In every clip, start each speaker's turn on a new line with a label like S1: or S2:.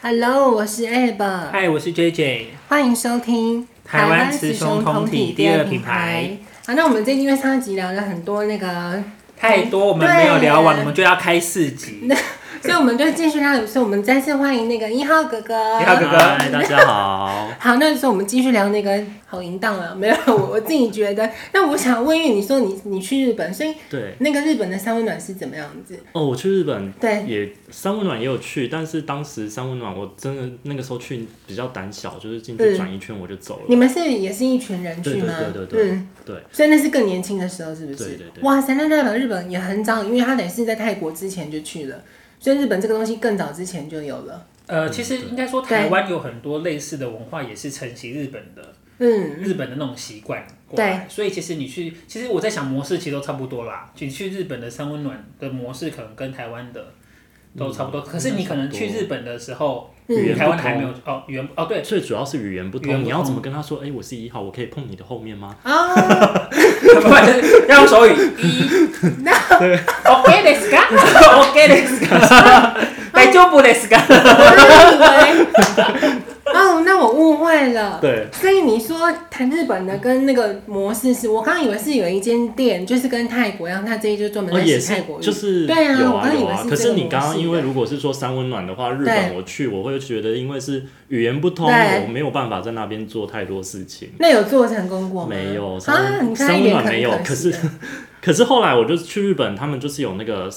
S1: Hello，我是 Ab，
S2: 嗨，我是 JJ。
S1: 欢迎收听
S2: 台湾雌雄同体第二品牌。
S1: 好，那我们最近因为上一集聊了很多那个，
S2: 太多我们没有聊完，
S1: 对
S2: 我们就要开四集。
S1: 所以我们就继续聊，所以我们再次欢迎那个一号哥哥。。
S2: 一号哥哥
S3: 嗨，大家好
S1: 好，那就是我们继续聊那个好淫荡啊，没有， 我我自己觉得。那我想问，因为你说你你去日本，所以
S3: 对，
S1: 那个日本的三温暖是怎么样子？
S3: 哦，我去日本
S1: 对，
S3: 也三温暖也有去，但是当时三温暖我真的那个时候去比较胆小，就是进
S1: 嗯
S3: 去转一圈我就走了。
S1: 你们是也是一群人去吗？
S3: 对对对对对
S1: 嗯，
S3: 对，
S1: 所以那是更年轻的时候，是不是？
S3: 对对对
S1: 哇塞，那代表日本也很早，因为他等于是在泰国之前就去了，所以日本这个东西更早之前就有了。
S2: 呃，其
S3: 嗯
S2: 实应该说台湾有很多类似的文化，也是承袭日本的
S1: 嗯，
S2: 日本的那种习惯过来。所以其实你去，其实我在想模式其实都差不多啦。你去日本的三温暖的模式可能跟台湾的都差不多，可是你可能去日本的时候，
S3: 嗯
S1: 嗯
S3: 语言
S2: 台湾
S3: 不通
S2: 还没有哦语言哦对，
S3: 最主要是语言不
S2: 语言不
S3: 通，
S2: 通
S3: 你要怎么跟他说？哎，我是一号，我可以碰你的后面吗？
S1: 哦，
S2: 不然就是要用手语一， 那 OK ですか？OK ですか？大丈夫ですか？
S1: 我以为，哦，那我误会了。
S3: 对，
S1: 所以你说谈日本的跟那个模式是，我刚以为是有一间店，就是跟泰国一样，它这一就专门
S3: 哦
S1: 在
S3: 也
S1: 写
S3: 是
S1: 泰国，语，
S3: 就是
S1: 对啊
S3: 有
S1: 我
S3: 啊
S1: 刚以
S3: 有
S1: 为
S3: 啊。
S1: 是
S3: 可
S1: 这
S3: 是
S1: 个
S3: 你刚
S1: 模
S3: 刚
S1: 式
S3: 因为
S1: 的
S3: 如果是说三温暖的话，日
S1: 对
S3: 本我去我会觉得，因为是语言不通，
S1: 对
S3: 我没有办法在那边做太多事情。
S1: 那有做成功过吗？
S3: 没有，三
S1: 啊，你
S3: 温
S1: 看
S3: 三
S1: 一
S3: 温
S1: 眼
S3: 暖
S1: 可
S3: 没有，
S1: 能
S3: 可
S1: 惜
S3: 是
S1: 了
S3: 可是后来我就去日本，他们就是有那个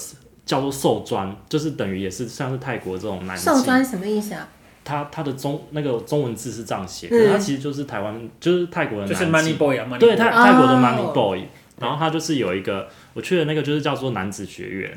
S3: 叫做寿砖，就是等于也是像是泰国这种男性
S1: 寿，砖什么意思 啊？
S3: 它它的中那个中文字是这样写，
S1: 嗯
S3: 可是它其实就是台湾就是泰国的
S2: 就
S3: 男
S2: 是
S3: 妓
S2: Money Boy 啊，Money
S3: 对泰
S1: 哦
S3: 泰国的 Money Boy，、然后他就是有一个我去的那个就是叫做男子学院，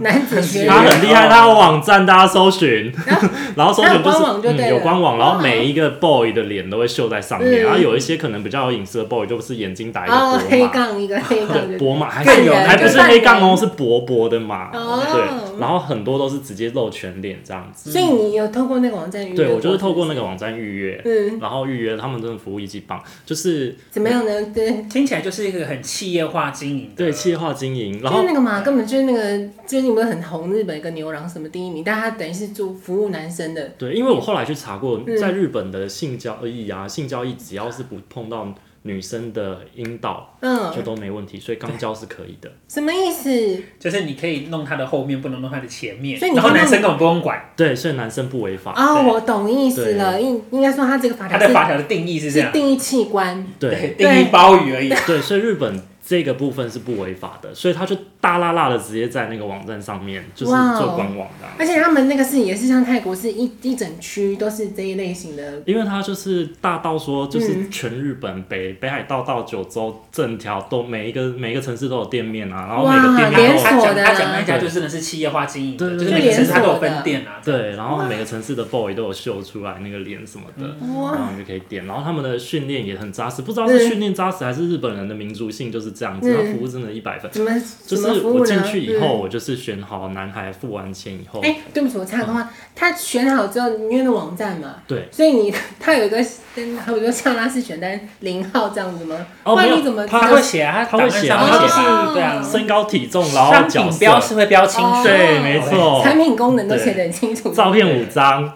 S1: 男子学
S3: 他
S1: 院
S3: 很厉害，他有网站大家 搜寻， 然后搜
S1: 它
S3: 寻
S1: 有
S3: 就
S1: 官
S3: 是
S1: 网就对
S3: 嗯、有
S1: 了哦
S3: 官网，然后每一个 boy 的脸都会秀在上
S1: 嗯
S3: 面，然后有一些可能比较有隐私的 boy 就是眼睛打一个波
S1: 哦，
S3: 嘛。
S1: 黑杠一个黑杠就
S3: 对，薄马还
S2: 更
S3: 是
S2: 有
S3: 还不
S2: 就是
S3: 黑杠哦，是薄薄的马，
S1: 哦
S3: 对，然后很多都是直接露全脸这样子。
S1: 所以你有透过那个网站预约？
S3: 对，我就是透过那
S1: 个。
S3: 个网站预约，
S1: 嗯，
S3: 然后预约他们真的服务一级棒，就是
S1: 怎么样呢？对，
S2: 听起来就是一个很企业化经营的，
S3: 对企业化经营，然
S1: 就是
S3: 后
S1: 那个嘛，根本就是那个最近不是很红日本一个牛郎什么第一名，但他等于是做服务男生的，
S3: 对，因为我后来去查过
S1: 嗯，
S3: 在日本的性交易啊，性交易只要是不碰到女生的阴道就
S1: 嗯，
S3: 都没问题，所以肛交是可以的。
S1: 什么意思？
S2: 就是你可以弄它的后面，不能弄它的前面，
S1: 所以你
S2: 然后
S1: 看到
S2: 男生根本不用管，
S3: 对，所以男生不违法。
S1: 哦，
S2: 对
S1: 我懂意思了，应应该说他这个法
S2: 它
S1: 条
S2: 的法
S1: 是
S2: 条的定义是
S1: 是
S2: 这样，
S1: 定义器官，
S3: 对，
S2: 定义包鱼而已。
S3: 对，所以日本这个部分是不违法的，所以他就大辣辣的直接在那个网站上面就是
S1: 哇哦
S3: 做官网的啊、
S1: 而且他们那个是也是像泰国是一一整区都是这一类型的，
S3: 因为他就是大到说，就
S1: 嗯
S3: 是全日本北、北海道到九州整条都每一个每一个城市都有店面啊，然后每
S1: 哇
S3: 个店面
S1: 连
S3: 都有
S1: 锁
S2: 他讲
S1: 的啊
S2: 他讲那一家就真的是企业化经营的，
S3: 对
S2: 就是
S3: 对
S2: 每个城
S1: 就连
S2: 市
S1: 锁
S2: 它
S1: 的
S2: 都有分店啊。
S3: 对，然后每个城市的 boy 都有秀出来那个脸什么的，
S1: 哇
S3: 然后你就可以点。然后他们的训练也很扎实，不知道是训练扎实还是日本人的民族性就是这样子，
S1: 嗯
S3: 他服务真的一百分。
S1: 怎么
S3: 就
S1: 怎么
S3: 是
S1: 服
S3: 我
S1: 务呢？
S3: 进去以后，
S1: 嗯
S3: 我就是选好男孩，付完钱以后，
S1: 哎、对不起，我插
S3: 嗯
S1: 个话，他选好之后，因为那网站嘛，
S3: 对，
S1: 所以你他有一个跟还有一个下拉是选单零号这样子吗？
S3: 哦
S1: 不然
S3: 没有
S1: 你怎么知
S2: 他
S1: 道
S2: 会写啊，
S3: 他会写啊
S2: 档案
S1: 呃他
S2: 上面
S1: 会
S2: 写
S1: 写
S2: 是，对啊，
S3: 身高体重，然后角
S2: 商
S3: 色
S2: 品标是会标清
S1: 哦
S2: 楚，
S3: 对，没错，
S1: 产品功能都写得很清楚，
S3: 哦照片五张，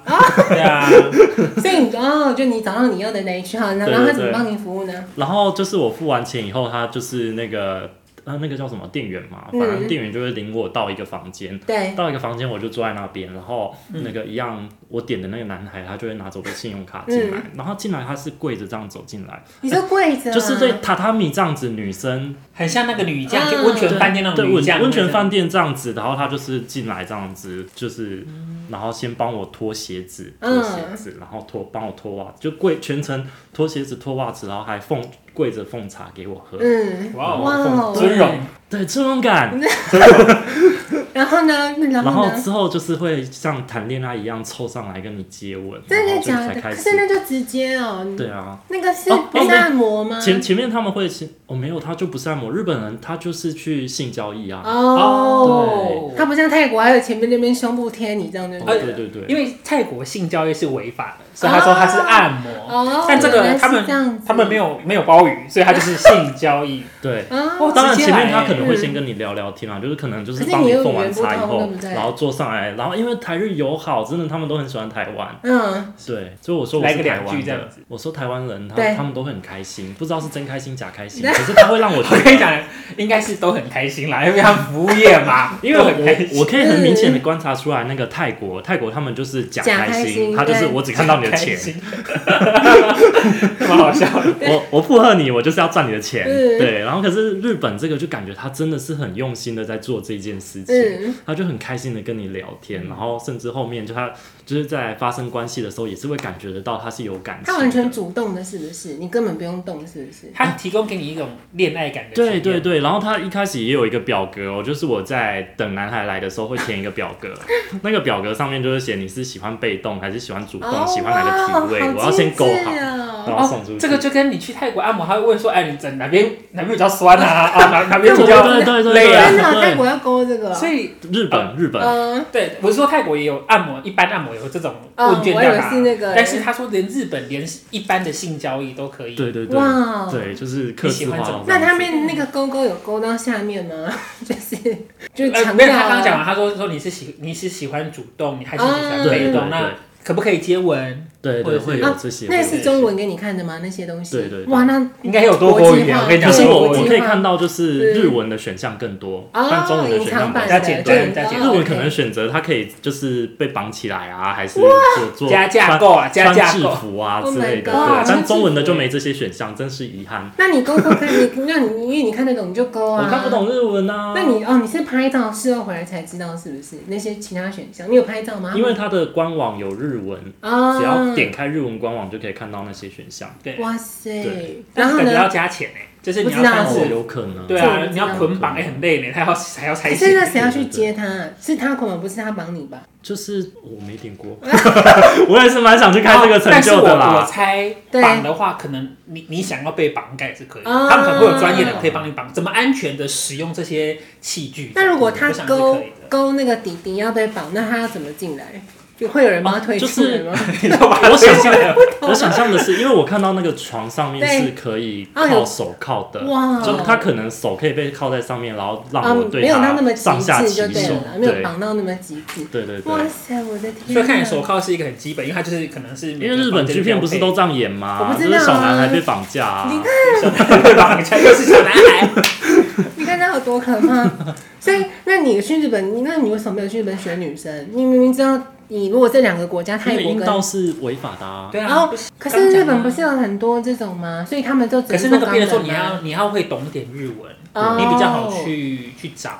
S2: 对啊，
S1: 所以你哦，就你找到你要的那一区号，然后
S3: 对
S1: 然后他
S3: 对
S1: 怎么
S3: 对
S1: 帮你服务呢？
S3: 然后就是我付完钱以后，他就是那个呃那个叫什么店员嘛，
S1: 嗯
S3: 反正店员就会领我到一个房间。
S1: 对，
S3: 到一个房间，我就坐在那边，然后那个一样，我点的那个男孩，他就会拿走我的信用卡进来，然后进来他是跪着这样走进来，
S1: 你说跪着啊、
S3: 就是对榻榻米这样子，女生
S2: 很像那个女将，就
S1: 嗯
S2: 温泉饭店那
S3: 对
S2: 种
S3: 温
S2: 女将，
S3: 温泉饭店这样子，然后他就是进来这样子，就是
S1: 嗯
S3: 然后先帮我脱鞋子，脱鞋子，然后脱帮我脱袜子，就跪全程脱鞋子脱袜子，然后还奉跪着奉茶给我喝，
S1: 嗯，
S2: 哇哦
S1: 哇哦，
S2: 尊荣，
S3: 对，这种感。
S1: 然后呢？那然
S3: 然
S1: 后
S3: 后
S1: 呢？
S3: 之后就是会像谈恋爱一样凑上来跟你接吻，
S1: 真
S3: 然
S1: 的
S3: 后就
S1: 假
S3: 才
S1: 的？
S3: 开
S1: 可
S3: 始
S1: 是。那就直接哦，
S3: 对啊，
S1: 那嗯个是
S3: 哦
S1: 不是按摩吗？
S3: 前前面他们会先哦没有，他就不是按摩，日本人他就是去性交易啊。
S1: 哦，
S2: 对
S1: 它不像泰国，还有前面那边胸部贴你这样就
S3: 哦
S1: 是。
S2: 呃
S3: 对对对，
S2: 因为泰国性交易是违法的，所以他说他是按摩，
S1: 哦，
S2: 但这
S1: 原来
S2: 个
S1: 是
S2: 他们
S1: 这样子
S2: 他们没有没有包鱼，所以他就是性交易。
S3: 对。
S1: 啊，
S2: 哦
S3: 当然
S2: 直接
S3: 前面
S2: 来
S3: 他
S2: 欸
S3: 可能会先跟你聊聊天啊，就是可能
S1: 嗯
S3: 就
S1: 可
S3: 是
S1: 是
S3: 帮
S1: 你
S3: 你
S1: 又
S3: 奉
S1: 有
S3: 完茶以
S1: 语言不通
S3: 后
S1: 对不，对
S3: 然后坐上来，然后因为台日友好，真的他们都很喜欢台湾。
S1: 嗯，
S3: 对，所以我说我
S2: 来
S3: 是
S2: 个
S3: 台
S2: 两句
S3: 湾
S2: 这样
S3: 的
S2: 子，
S3: 我说台湾人，他
S1: 对
S3: 他们都会很开心，不知道是真开心假开心， 可是他会让我觉
S2: 我跟你
S3: 得，
S2: 讲，应该是都很开心啦，因为他们服务业嘛，
S3: 因为
S2: 都很开
S3: 我
S2: 心
S3: 我可以很明显的观察出来，那个泰国泰国他们就是假
S1: 假开心
S3: 心，他就是
S1: 对
S3: 我只看到你的钱
S2: 开，心蛮好笑的。
S3: 我我附和你，我就是要赚你的钱，
S1: 嗯
S3: 对。然后可是日本这个就感觉他真的是很用心的在做这件事情，
S1: 嗯
S3: 他就很开心的跟你聊天，然后甚至后面就他就是在发生关系的时候，也是会感觉得到他是有感情的，
S1: 他完全主动的，是不是？你根本不用动，是不是？
S2: 他提供给你一种恋爱感的体
S3: 对
S2: 验
S3: 对对，然后他一开始也有一个表格哦，就是我在等男孩来的时候会填一个表 格，那个表格上面就是写你是喜欢被动还是喜欢主动，
S1: 哦
S3: 喜欢哪个体位，我要先勾好，
S1: 啊
S3: 然
S1: 好。
S3: 后送出
S2: 哦
S3: 去。，
S2: 这个就跟你去泰国按摩，他会问说，哎，你整哪边哪边比较酸啊？啊，哪哪边比较
S3: 对对对对
S2: 累啊？
S1: 真的，泰国要勾这个，哦
S2: 所
S1: 以
S2: 以，
S3: 日本日本、
S1: 嗯，
S2: 对，我是说泰国也有按摩，一般按摩也有这种
S1: 哦
S2: 问卷调查，
S1: 我以为是那个
S2: 但是他说连日本连一般的性交易都可以，
S3: 对对对
S1: 哇，
S3: 对，就是客
S2: 喜
S3: 制
S2: 欢
S3: 化
S2: 怎
S3: 的
S2: 么
S1: 那
S3: 方
S1: 他
S3: 式
S1: 们那个勾勾有勾到下面吗？ 就是就是
S2: 呃，
S1: 强
S2: 没
S1: 调
S2: 有，他刚刚讲
S1: 啊，
S2: 完，他说说你是喜你是喜欢主动，你还是喜欢
S1: 嗯
S2: 被动，
S3: 对对
S2: 那
S3: 对
S2: 可不可以接吻？
S3: 对
S2: 或者
S3: 对
S2: 是
S3: 会有这些。
S1: 那
S3: 会有
S1: 是
S3: 这
S1: 中
S3: 些
S1: 文给你看的吗？那些东西，
S3: 对对对
S1: 哇，那
S2: 应该有多国语言
S1: 国际化
S2: 我跟你讲
S3: 可啊是
S2: 中
S3: 我
S2: 国
S3: 我
S1: 文
S3: 可以看到，就是日文的选项更多，
S1: 哦
S3: 但中文的
S1: 隐
S3: 选
S1: 藏
S3: 项
S1: 版
S3: 比
S1: 的哦
S3: 较
S2: 加简
S3: 对
S2: 单加简
S3: 日
S2: 单
S3: 文可能选择它可以就是被绑起来啊，还是做做
S2: 加架构啊，加
S3: 穿
S2: 架
S3: 穿制
S2: 构。
S3: 服啊
S1: Oh my
S3: 之类的，
S1: God，
S3: 对
S1: 穿。
S3: 但中文的
S2: 制服
S3: 就没这些选项，真是遗憾。
S1: 那你勾勾看你，那你因为你看得懂你就勾啊，
S3: 我看不。懂日文啊，
S1: 那你哦，你是拍照事后回来才知道是不是？那些其他选项，你有拍照吗？
S3: 因为它的官网有日文，
S1: 啊，
S3: 只要点开日文官网就可以看到那些选项，
S2: 对，
S1: 哇塞
S3: 对，
S1: 然后
S2: 但是感觉要
S1: 呢？
S2: 加钱呢，欸就是
S1: 不
S2: 你
S1: 知
S2: 要
S1: 道
S2: 看
S1: 是
S2: 是
S3: 哦，有可能。
S2: 对
S1: 这我不
S2: 啊
S1: 知，道
S2: 你要捆绑，哎，很累呢，他要还要拆
S1: 哎现
S2: 线。
S1: 在谁要去接他啊？是他捆绑，不是他绑你吧？
S3: 就是我没点过， 我也是蛮想去看这个 成
S2: 但是
S3: 就
S2: 我
S3: 的
S2: 我
S3: 啦。
S2: 猜
S1: 对
S2: 绑的话，可能你你想要被绑应该也是可以，
S1: 啊
S2: 他们可能会有专业的人可以帮你绑，怎么安全的使用这些器具。
S1: 那如果
S2: 我
S1: 他
S2: 想是
S1: 勾
S2: 可以的
S1: 勾那个底底要被绑，那他要怎么进来？就会有人帮他推出来吗？
S2: 你 知道吧？
S3: 我想象的， 我想象的是，因为我看到那个床上面是可以
S1: 对啊有
S3: 靠手铐的，
S1: 哇
S3: 就他可能手可以被铐在上面，然后让我
S1: 嗯，
S3: 对
S1: 没有到那么
S3: 他
S1: 极
S3: 上下
S1: 致
S3: 其
S1: 就对
S3: 手
S1: 了，，没有
S3: 对
S1: 绑到那么极致。
S3: 对对
S1: 哇
S3: 对。
S1: 塞，我的天！
S2: 所以看你手，铐是一个很基本，因为它就是可能是
S3: 因为日本剧片不是都这样演
S1: 我
S3: 吗？
S1: 不知
S3: 就
S1: 道啊
S3: 是小男孩被绑架啊，
S1: 你看
S2: 被绑架，又是小男孩，
S1: 你看他有多可怕。所以，那你去日本，你那你为什么没有去日本选女生？你明明知道，你如果这两个国家，泰
S3: 因为
S1: 国
S3: 阴
S1: 跟
S3: 道是违法的啊。
S2: 对
S1: 然后
S2: 啊，不是
S1: 可是日
S2: 刚讲
S1: 本
S2: 啊
S1: 不是有很多这种吗？所以他们就只
S2: 可是那个变得说
S1: 做
S2: 你要你要会懂一点日文，
S1: 哦
S2: 你比较好去去找。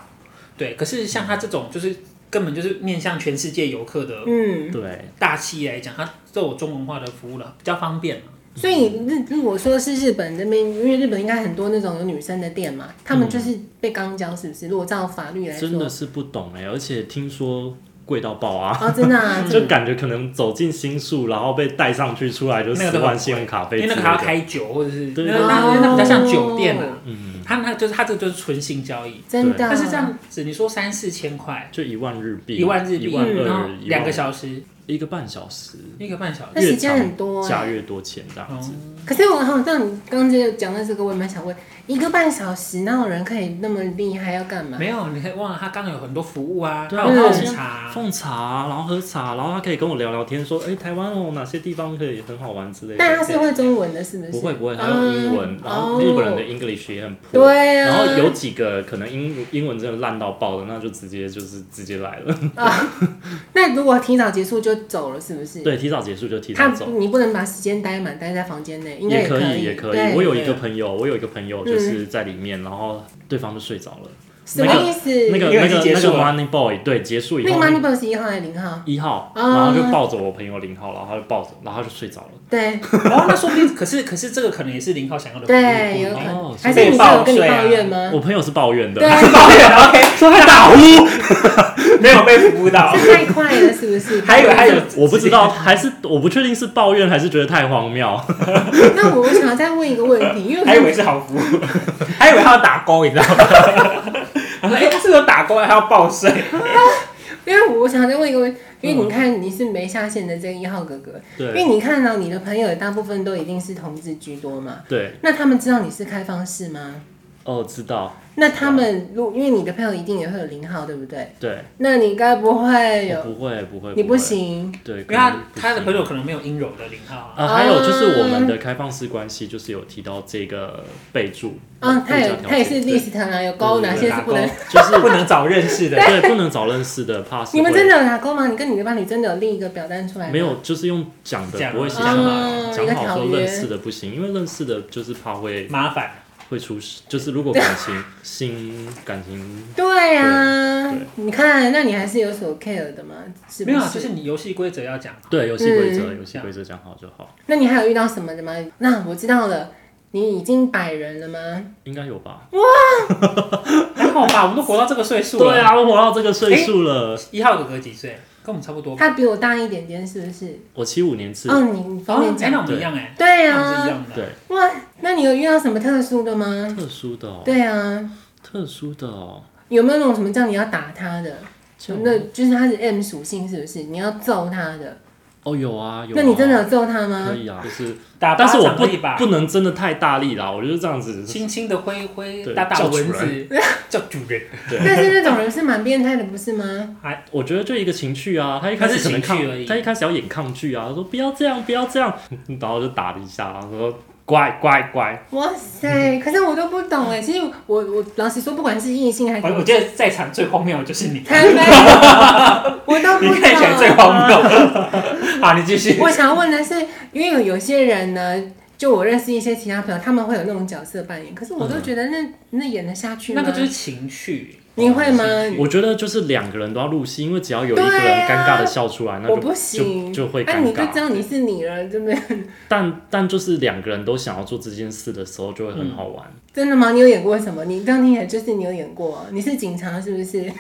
S2: 对，可是像他这种就是根本就是面向全世界游客的
S1: 嗯，
S3: 对，
S2: 大企业来讲，它都有中文化的服务了，比较方便嘛。
S1: 所以日如果说是日本那边，因为日本应该很多那种有女生的店嘛，他们就是被肛交，是不
S2: 嗯
S1: 是？如果照法律来说，
S3: 真的是不懂哎，而且听说贵到爆啊。
S1: 哦，真的 啊，
S3: 就感觉可能走进新宿，然后被带上去，出来就
S2: 那个
S3: 十
S2: 都很
S3: 万
S2: 贵
S3: 信用卡
S2: 因
S3: 费之
S2: 为
S3: 类
S2: 那个还要
S3: 的。
S2: 开酒或者是那
S3: 对
S2: 个
S3: 对
S2: 那
S1: 对
S2: 个那个比较像酒店
S1: 哦
S2: 啊，
S3: 嗯，
S2: 他那个就是他这个就是纯性交
S3: 啊
S2: 易。
S1: 真的。啊
S2: 但是这样子，你说三四千块，
S3: 就一万日币，
S2: 一万日币，嗯
S3: 一万
S2: 然后
S3: 二，
S2: 两个
S3: 小
S2: 小时，
S3: 一个半小时，
S2: 一个半小时。
S1: 那时间很多欸
S3: 加越多钱这样子。
S1: 可是我好像你刚才讲到这个，我也蛮想问，一个半小时哪有人可以那么厉害？要干嘛？
S2: 没有，你可以忘了他刚刚有很多服务啊，
S3: 对
S2: 他
S3: 啊，
S2: 有
S1: 嗯
S3: 我
S2: 泡
S3: 先
S2: 茶，
S3: 奉茶，然后喝茶，然后他可以跟我聊聊天，说，哎，台湾哦，哪些地方可以很好玩之类
S1: 但他
S3: 的。
S1: 是会中文的，是不是？
S3: 不会不会，还有英文
S1: 嗯，
S3: 然后日本人的
S1: 哦
S3: English 也很破，
S1: 对啊，
S3: 然后有几个可能英英文真的烂到爆的，那就直接就是直接来了。
S1: 那如果提早结束就走了，是不是？
S3: 对，提早结束就提早
S1: 他
S3: 走。
S1: 你不能把时间待满，待在房间内，应该
S3: 也可
S1: 以，
S3: 以，也可
S1: 对嗯
S3: 以。我有一
S2: 对
S3: 个朋友，我有一个朋友就是在里面，然后对方就睡着了。
S1: 什么意思？
S3: 那个
S2: 因为已
S3: 那
S2: 经
S3: 个
S2: 结
S3: 那
S2: 束
S3: 个
S2: 了
S3: Money Boy 对结束以
S1: 那个
S3: 后，
S1: Money Boy 是一号还是零号？
S3: 一号，
S1: 啊
S3: 然后就抱着我朋友零号，然后他就抱着，然后他就睡着了。
S1: 对
S2: 然后那说不定，可是可是这个可能也是林浩想要的服务。
S1: 对，有可能。
S3: 哦
S1: 还是你
S2: 被
S1: 朋
S2: 爆
S1: 友跟你
S2: 睡啊
S1: 抱怨吗？
S3: 我朋友是抱怨
S1: 嗯
S3: 的
S1: 对，，啊
S2: 抱怨 OK，
S3: 说他打呼，
S2: 没有被服务到，
S1: 是太快了，是不是？
S2: 还以 为他有，
S3: 哎我不知道，还是我不确定是抱怨还是觉得太荒谬。
S1: 那我我想要再问一个问题，因为
S2: 还以为是好服务，还以为他要打勾，你知道吗？他说：“哎、他是有打勾，还要报税。
S1: 因为我想要再问一个问题，因为你看你是没下线的这个一号哥哥，因为
S3: 嗯对
S1: 你看到你的朋友大部分都一定是同志居多嘛，
S3: 对，
S1: 那他们知道你是开放式吗？
S3: 哦，知道，
S1: 那他
S3: 啊
S1: 们如因为你的朋友一定也会有零号，对不对？
S3: 对，
S1: 那你该不会
S3: 我
S1: 有？
S3: 不会不会，
S1: 哎你不
S3: 会，
S1: 行，
S3: 对，
S2: 因为他
S3: 不
S2: 他的
S3: 行
S2: 朋友可能没有阴柔的零号啊，
S3: 呃，还有就是我
S1: 嗯
S3: 们的开放式关系，就是有提到这个备注，
S1: 嗯，他
S3: 附
S1: 也
S3: 加条
S1: 他也
S3: 件
S1: 是
S3: 对
S1: list 啊，有勾哪些是不能？
S3: 就是
S2: 不能找认识的。
S3: 对不能找认识的，怕是
S1: 你们
S3: 会
S1: 真的有打勾吗？你跟你的伴侣真的有另一个表单出来吗？
S3: 没有，就是用讲的
S2: 讲
S3: 不会写
S2: 啊
S3: 上来，
S1: 哦
S3: 讲
S1: 一个
S3: 好
S1: 条
S3: 说
S1: 约
S3: 认识的不行，因为认识的就是怕 会
S2: 麻烦，
S3: 会出事，就是如果感情 心感情
S1: 对呀、
S3: 对对
S1: 你看，那你还是有所 care 的嘛？是不
S2: 没
S1: 是？
S2: 有啊，就是你游戏规则要讲。啊
S3: 对游戏规则，
S1: 嗯
S3: 游戏规则讲好就好，
S1: 那你还有遇到什么的吗？那我知道了，你已经百人了吗？
S3: 应该有吧？
S2: 还好吧，我们都活到这个岁数了。
S3: 对，啊，我活到这个岁数
S1: 哎
S3: 了，
S2: 一号哥哥几岁？跟我们差不多吧。
S1: 他比我大一点点，是不是？
S3: 我七五年次，
S1: 哦，你你方便
S2: 哎，那
S1: 讲？
S2: 我们一样哎，
S1: 对
S2: 那我们是一
S1: 啊，
S2: 样的。
S3: 对
S1: 哇，那你有遇到什么特殊的吗？
S3: 特殊的哦，
S1: 对啊，
S3: 特殊的哦，
S1: 有没有那种什么叫你要打他的？
S3: 这样
S1: 那就是他是 M 属性，是不是？你要揍他的？
S3: 哦有啊有啊，
S1: 那你真的有嗯揍他吗
S3: 可？以啊，就是，
S2: 打巴
S3: 但是我
S2: 掌
S3: 不
S2: 可以吧？
S3: 不能真的太大力啦，我就是这样子，
S2: 轻轻的挥挥，
S3: 对
S2: 打打
S3: 叫主
S2: 蚊
S3: 人
S2: 子， 叫主人。
S1: 但是那种人是蛮变态的，不是吗？
S3: 我觉得就一个情趣啊，他一开
S2: 他
S3: 始
S2: 是
S3: 可能
S2: 情
S3: 抗
S2: 趣而已，
S3: 他一开始要演抗拒啊，他说不要这样，不要这样， 然后就打了一下，然后说乖乖乖，
S1: 哇
S3: 嗯
S1: 塞！可是我都不懂哎。其实我我老实说，不管是异性还是
S3: 哎
S2: 我哎我觉得在场最荒谬的就是你，
S1: 台北， 我都不
S2: 你
S1: 懂。
S2: 看起来最荒谬。 好，你继续。
S1: 我想要问的是，因为有有些人呢，就我认识一些其他朋友，他们会有那种角色扮演，可是我都觉得那、那演得下去吗？
S2: 那个就是情趣，
S1: 你会吗？
S2: 情趣
S3: 我觉得就是两个人都要入戏，因为只要有一个
S1: 对
S3: 人
S1: 啊
S3: 尴尬的笑出来，那就
S1: 我不行，
S3: 就就会
S1: 哎、你
S3: 尴
S1: 就知道
S3: 尬。
S1: 你是你了，对不对？
S3: 但但就是两个人都想要做这件事的时候，就会很好玩。
S1: 真的吗？你有演过什么？你这样听起来就是你有演过、你是警察是不是？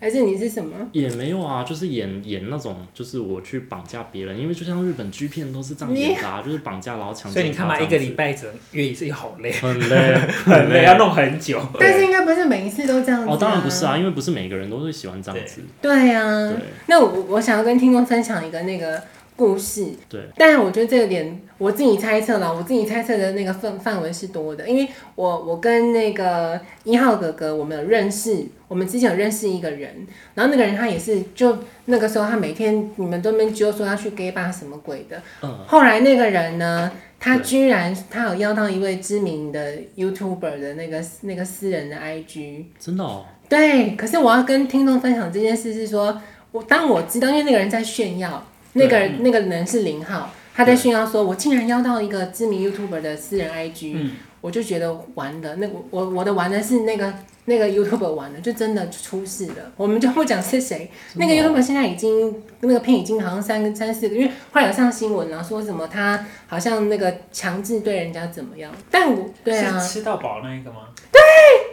S1: 还是你是什么？
S3: 也没有啊，就是演演那种，就是我去绑架别人，因为就像日本 G 片都是这样演的啊，就是绑架然后强
S2: 所
S3: 奸
S2: 以
S3: 他
S2: 你看
S3: 这样
S2: 嘛，
S3: 子。
S2: 一个礼拜只能约一次，也好累，
S3: 很累
S2: 很累，要弄很久。
S1: 但是应该不是每一次都这样子、
S3: 哦，当然不是。啊，因为不是每个人都会喜欢这样子。
S1: 对啊，
S3: 对
S1: 那我我想要跟听众分享一个那个故事，
S3: 对，
S1: 但是我觉得这个点我自己猜测了，我自己猜测的那个范范围是多的，因为我我跟那个一号哥哥我们有认识，我们之前有认识一个人，然后那个人他也是就那个时候他每天你们都没揪说要去 gay bar 什么鬼的，
S3: 嗯
S1: 后来那个人呢，他
S3: 对
S1: 居然他有邀到一位知名的 YouTuber 的那个那个私人的 IG，
S3: 真的哦，
S1: 对，可是我要跟听众分享这件事是说，我当我知道，因为那个人在炫耀，那个
S2: 嗯
S1: 人那个人是零号，他在炫耀说，我竟然邀到一个知名 YouTuber 的私人 IG，、
S2: 嗯
S1: 我就觉得完了，那我我我的完了是那个那个 YouTuber 完了，就真的出事了。我们就不讲是谁，
S3: 哦
S1: 那个 YouTuber 现在已经那个片已经好像三三四个，因为后来有上新闻啊，说什么他好像那个强制对人家怎么样，但我对啊
S2: 是，吃到饱那一个吗？对。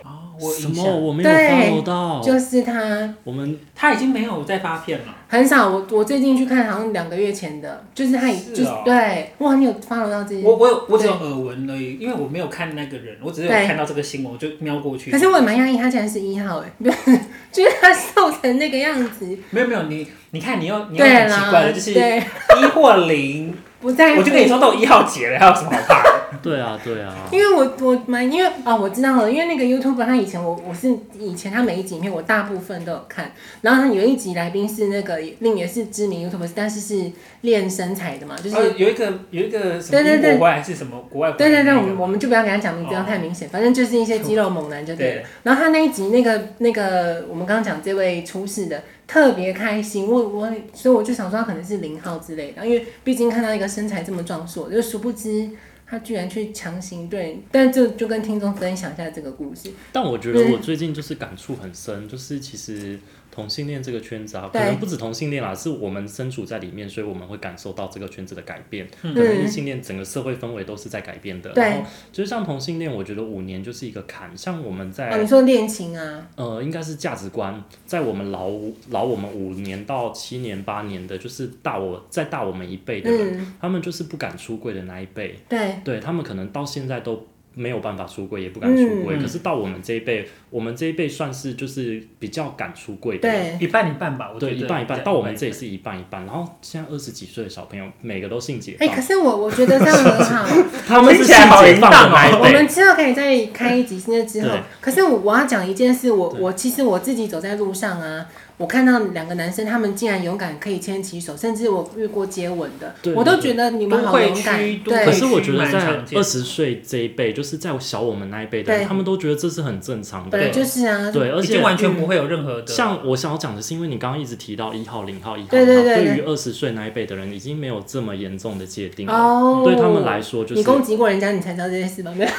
S2: 哦，我有
S3: 什
S2: 印
S3: 么
S2: 象。
S3: 我没有
S1: 对
S3: follow
S2: 哦
S3: 到？
S1: 就是他。
S3: 我们
S2: 他已经没有在发片了，
S1: 很少，我我最近去看，好像两个月前的，就是他已，
S2: 是
S1: 就是
S2: 哦
S1: 对，哇，你有 follow 到这些？
S2: 我我有我只有耳闻而已，因为我没有看那个人，我只是有
S1: 对
S2: 看到这个新闻，我就瞄过去
S1: 可。是我也蛮讶异，他竟然是一号哎， 就是他瘦成那个样子，
S2: 没有没有，你你看你又你又
S1: 对
S2: 很奇
S1: 啦，
S2: 怪了，就是
S1: 对，啊
S2: 一或零，
S1: 不在乎，
S2: 我就跟你说都有一号姐了，还有什么好怕的？
S3: 对啊，对啊，
S1: 因为我我蛮因为哦，我知道了，因为那个 YouTube 他以前我我是以前他每一集影片我大部分都有看，然后他有一集来宾是那个另也是知名 YouTube，但是是练身材的嘛， 就是、
S2: 呃，有一个有一个什么
S1: 对对
S2: 英
S1: 对
S2: 国回来还是什么国外回
S1: 对
S2: 来
S1: 对
S2: 的
S1: 对，
S2: 那
S1: 我
S2: 个
S1: 们我们就不要给他讲
S2: 哦
S1: 名字，这样太明显。反正就是 一些肌肉猛男就对了。
S2: 对
S1: 然后他那一集那个那个，我们刚刚讲这位出事的特别开心，我我所以我就想说他可能是零号之类的，因为毕竟看到一个身材这么壮硕，就殊不知他居然去强行对，但就就跟听众分享一下这个故事。
S3: 但我觉得我最近就是感触很深，就是其实同性恋这个圈子啊，可
S1: 对
S3: 能不止同性恋啦，是我们身处在里面，所以我们会感受到这个圈子的改变。
S2: 嗯
S3: 可能异性恋整个社会氛围都是在改变的。
S1: 对
S3: 然后就是像同性恋，我觉得五年就是一个坎，像我们在、
S1: 哦，
S2: 嗯
S1: 你说恋情啊，
S3: 呃，应该是价值观，在我们老五老我们五年到七年八年的，就是大我再大我们一辈的人，
S1: 嗯，
S3: 他们就是不敢出柜的那一辈。
S2: 嗯
S1: 对，
S3: 对他们可能到现在都没有办法出柜，也不敢出柜。
S2: 嗯
S3: 可是到我们这一辈，我们这一辈算是就是比较敢出柜的人，
S1: 对，
S2: 一半一半吧，我觉得
S3: 对，一半一半。
S2: 对
S3: 到我们这里是一半一半。然后现在二十几岁的小朋友，每个都性解
S1: 哎、
S3: 放，
S1: 可是我我觉得这样很好。
S3: 他们是
S2: 听起
S3: 性
S2: 来好
S3: 解
S2: 淫
S3: 放
S2: 荡哦
S3: 的那一
S1: 我
S3: 辈。
S1: 们之后可以再开一集那之后
S3: 对。
S1: 可是我我要讲一件事，我
S3: 对
S1: 我其实我自己走在路上啊，我看到两个男生，他们竟然勇敢可以牵起手，甚至我遇过接吻的，
S3: 对
S1: 我都觉得你们好勇敢
S2: 都会。区都
S3: 可
S1: 对
S2: 会，
S3: 是我觉得
S2: 蛮
S3: 在
S2: 常见
S3: 二十岁这一辈，就是在小我们那一辈的人，
S1: 对
S3: 他们都觉得这是很正常
S1: 本来
S3: 的。
S1: 就是啊，
S3: 对，而
S2: 已经
S3: 且嗯
S2: 完全不会有任何的
S3: 像我想要讲的是，因为你刚刚一直提到一号、零号、一号，
S1: 对对
S3: 那
S1: 对
S3: 于二十岁那一辈的人，已经没有这么严重的界定了。
S1: 哦，
S3: 对他们来说，就
S1: 你攻
S3: 是
S1: 击过人家，你才知道这件事吗？ 没有，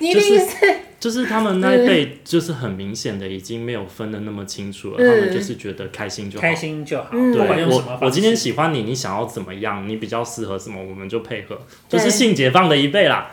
S1: 你一定、
S3: 就是就是他们那一辈，就是很明显的已经没有分的那么清楚了，
S1: 嗯
S3: 他们就是觉得开心就好
S2: 开。心就好，
S1: 嗯
S2: 不管
S3: 对
S2: 用什么方
S3: 我，
S2: 式。
S3: 我今天喜欢你，你想要怎么样，你比较适合什么，我们就配合，
S1: 对
S3: 就是性解放的一辈啦。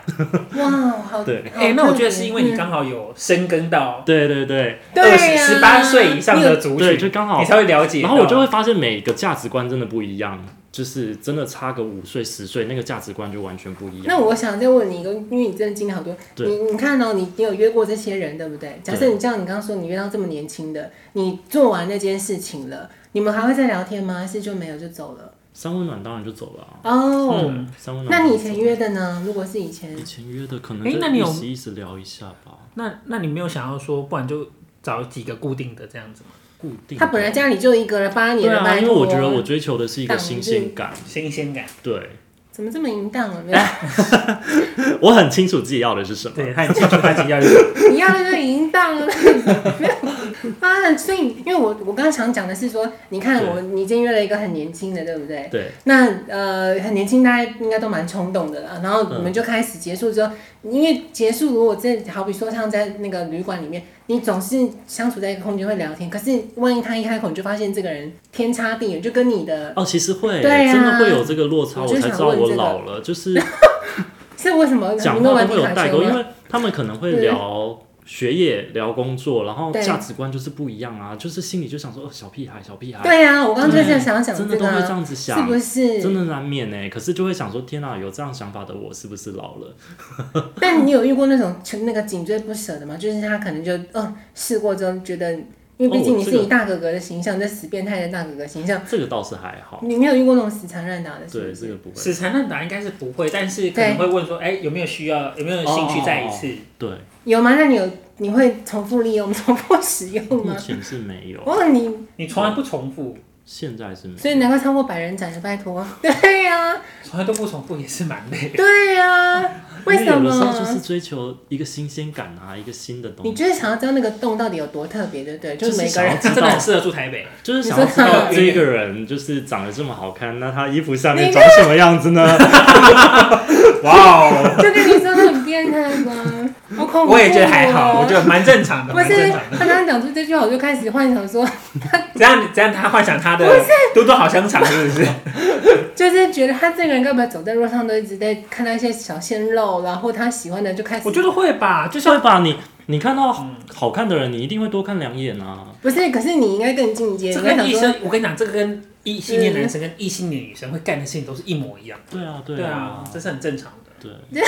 S1: 哇，好
S3: 对
S1: 好
S2: 哎、那我
S1: 特
S2: 觉得
S1: 别
S2: 是因为你
S1: 嗯
S2: 刚好有深耕到
S3: 对对对
S2: 二
S1: 对
S2: 十
S1: 呀
S2: 十八岁以上
S1: 你有
S2: 的族群，
S3: 对，就刚好
S2: 你才会了解到。
S3: 然后我就会发现每个价值观真的不一样，就是真的差个五岁十岁，那个价值观就完全不一样。
S1: 那我想再问你一个，因为你真的经历好多，
S3: 对
S1: 你你看到、你你有约过这些人，对不对？假设你像你刚刚说你约到这么年轻的，你做完那件事情了，你们还会再聊天吗？还是就没有就走了？
S3: 三温暖当然就走了啊。
S1: 哦、
S2: 嗯
S3: 对三温暖。
S1: 那你以前？约的呢？如果是以前
S3: 以，前约嗯的可能
S2: 诶
S3: 就
S2: 那你有
S3: 一时一时聊一下吧，
S2: 那那你没有想要说，不然就找几个固定的这样子吗？
S3: 固定的。
S1: 他本来家里就一个人八年
S3: 对
S1: 了，
S3: 啊，
S1: 拜
S3: 因为
S1: 托
S3: 我觉得我追求的是一个
S1: 党
S3: 新
S1: 日
S3: 鲜感，
S2: 新鲜感，
S3: 对
S1: 怎么这么淫荡啊？
S3: 我很清楚自己要的是什么。
S2: 对，他很清楚他自己要有什么。
S1: 你要的就是淫荡 啊！没有啊，所以因为我我刚刚想讲的是说，你看
S3: 对
S1: 我你今天约了一个很年轻的，对不对？
S3: 对
S1: 那呃，很年轻，大家应该都蛮冲动的啦。然后
S3: 嗯
S1: 我们就开始结束之后，因为结束，如果这好比说像在那个旅馆里面，你总是相处在一个空间会聊天，可是万一他一开口，你就发现这个人天差地远，就跟你的
S3: 哦，其实会、
S1: 对啊
S3: 真的会有这个落差，
S1: 我
S3: 我
S1: 就
S3: 才
S1: 想
S3: 知道
S1: 问
S3: 我
S1: 这个
S3: 老了，就是
S1: 是为什么？
S3: 讲
S1: 你们
S3: 话
S1: 玩
S3: 都会
S1: 皮
S3: 有
S1: 卡
S3: 代
S1: 丘
S3: 沟，因
S1: 吗？
S3: 为他们可能会聊学业、聊工作，然后
S1: 对
S3: 价值观就是不一样啊，就是心里就想说，哦，小屁孩，小屁孩，
S1: 对呀、我刚刚就是
S3: 对啊
S1: 想讲
S3: 真
S1: 这
S3: 的都
S1: 个
S3: 会这
S1: 啊，
S3: 样子
S1: 是
S3: 想，
S1: 不是？
S3: 真的难免呢。可是就会想说，天啊，有这样想法的我是不是老了？
S1: 但你有遇过那种就那个紧追不舍的吗？就是他可能就嗯试过之后觉得，因为毕竟
S3: 哦
S1: 你是
S3: 这个
S1: 你大哥哥的形象，这死变态的大哥哥形象，
S3: 这个倒是还好，
S1: 你没有遇过那种死缠烂打的，是啊不
S3: 对，这
S1: 是？
S3: 个不会，
S2: 死缠烂打应该是不会，但是可能会问说，哎、有没有需要，有没有兴趣再一次？
S3: 对，
S1: 有吗？那你有你会重复利用、 重复使用
S3: 目
S1: 吗？
S2: 嗯
S3: 前是没有，
S1: 哦，你
S2: 你从来不重复，
S3: 现在是没
S1: 所以
S3: 有。
S1: 难怪超过百人斩的，拜托。对呀、
S2: 从来都不重复也是蛮累的。
S1: 对呀、为什
S3: 因有的时候就
S1: 么？
S3: 是追求一个新鲜感啊，一个新的
S1: 你
S3: 东西，
S1: 就是想要知道那个洞到底有多特别，对不对？
S3: 就是是
S1: 每个
S3: 想要
S1: 人。
S3: 知
S2: 真的
S3: 道
S2: 很，适合住台北，
S3: 就是想要知
S1: 你知
S3: 道
S1: 道
S3: 这个人就是长得这么好看，那他衣服下面
S1: 你
S3: 长什么样子呢？
S2: 哇哦！
S1: 就跟你说那很变态吗？好恐怖、
S2: 我也觉得还好，我觉。得蛮正常的，
S1: 哦不
S2: 蛮
S1: 是
S2: 正常，的。
S1: 他刚刚讲出这句话，我就开始幻想说，
S2: 这样这样他幻想他的多多好香肠是不是？
S1: 就是觉得他这个人该不会走在路上都一直在看到一些小鲜肉，然后他喜欢的就开始。
S2: 我觉得会吧，就
S3: 就是是吧，你你看到
S2: 嗯
S3: 好看的人，你一定会多看两眼啊。
S1: 不是，可是你应该更进阶，
S2: 这
S1: 你应该
S2: 跟
S1: 想
S2: 异
S1: 说
S2: 生，我跟你讲，这个跟异性恋男生跟异性恋女生会干的事情都是一模一样。
S3: 对啊，对
S2: 对
S3: 啊
S2: 啊，，这是很正常的。
S3: 对。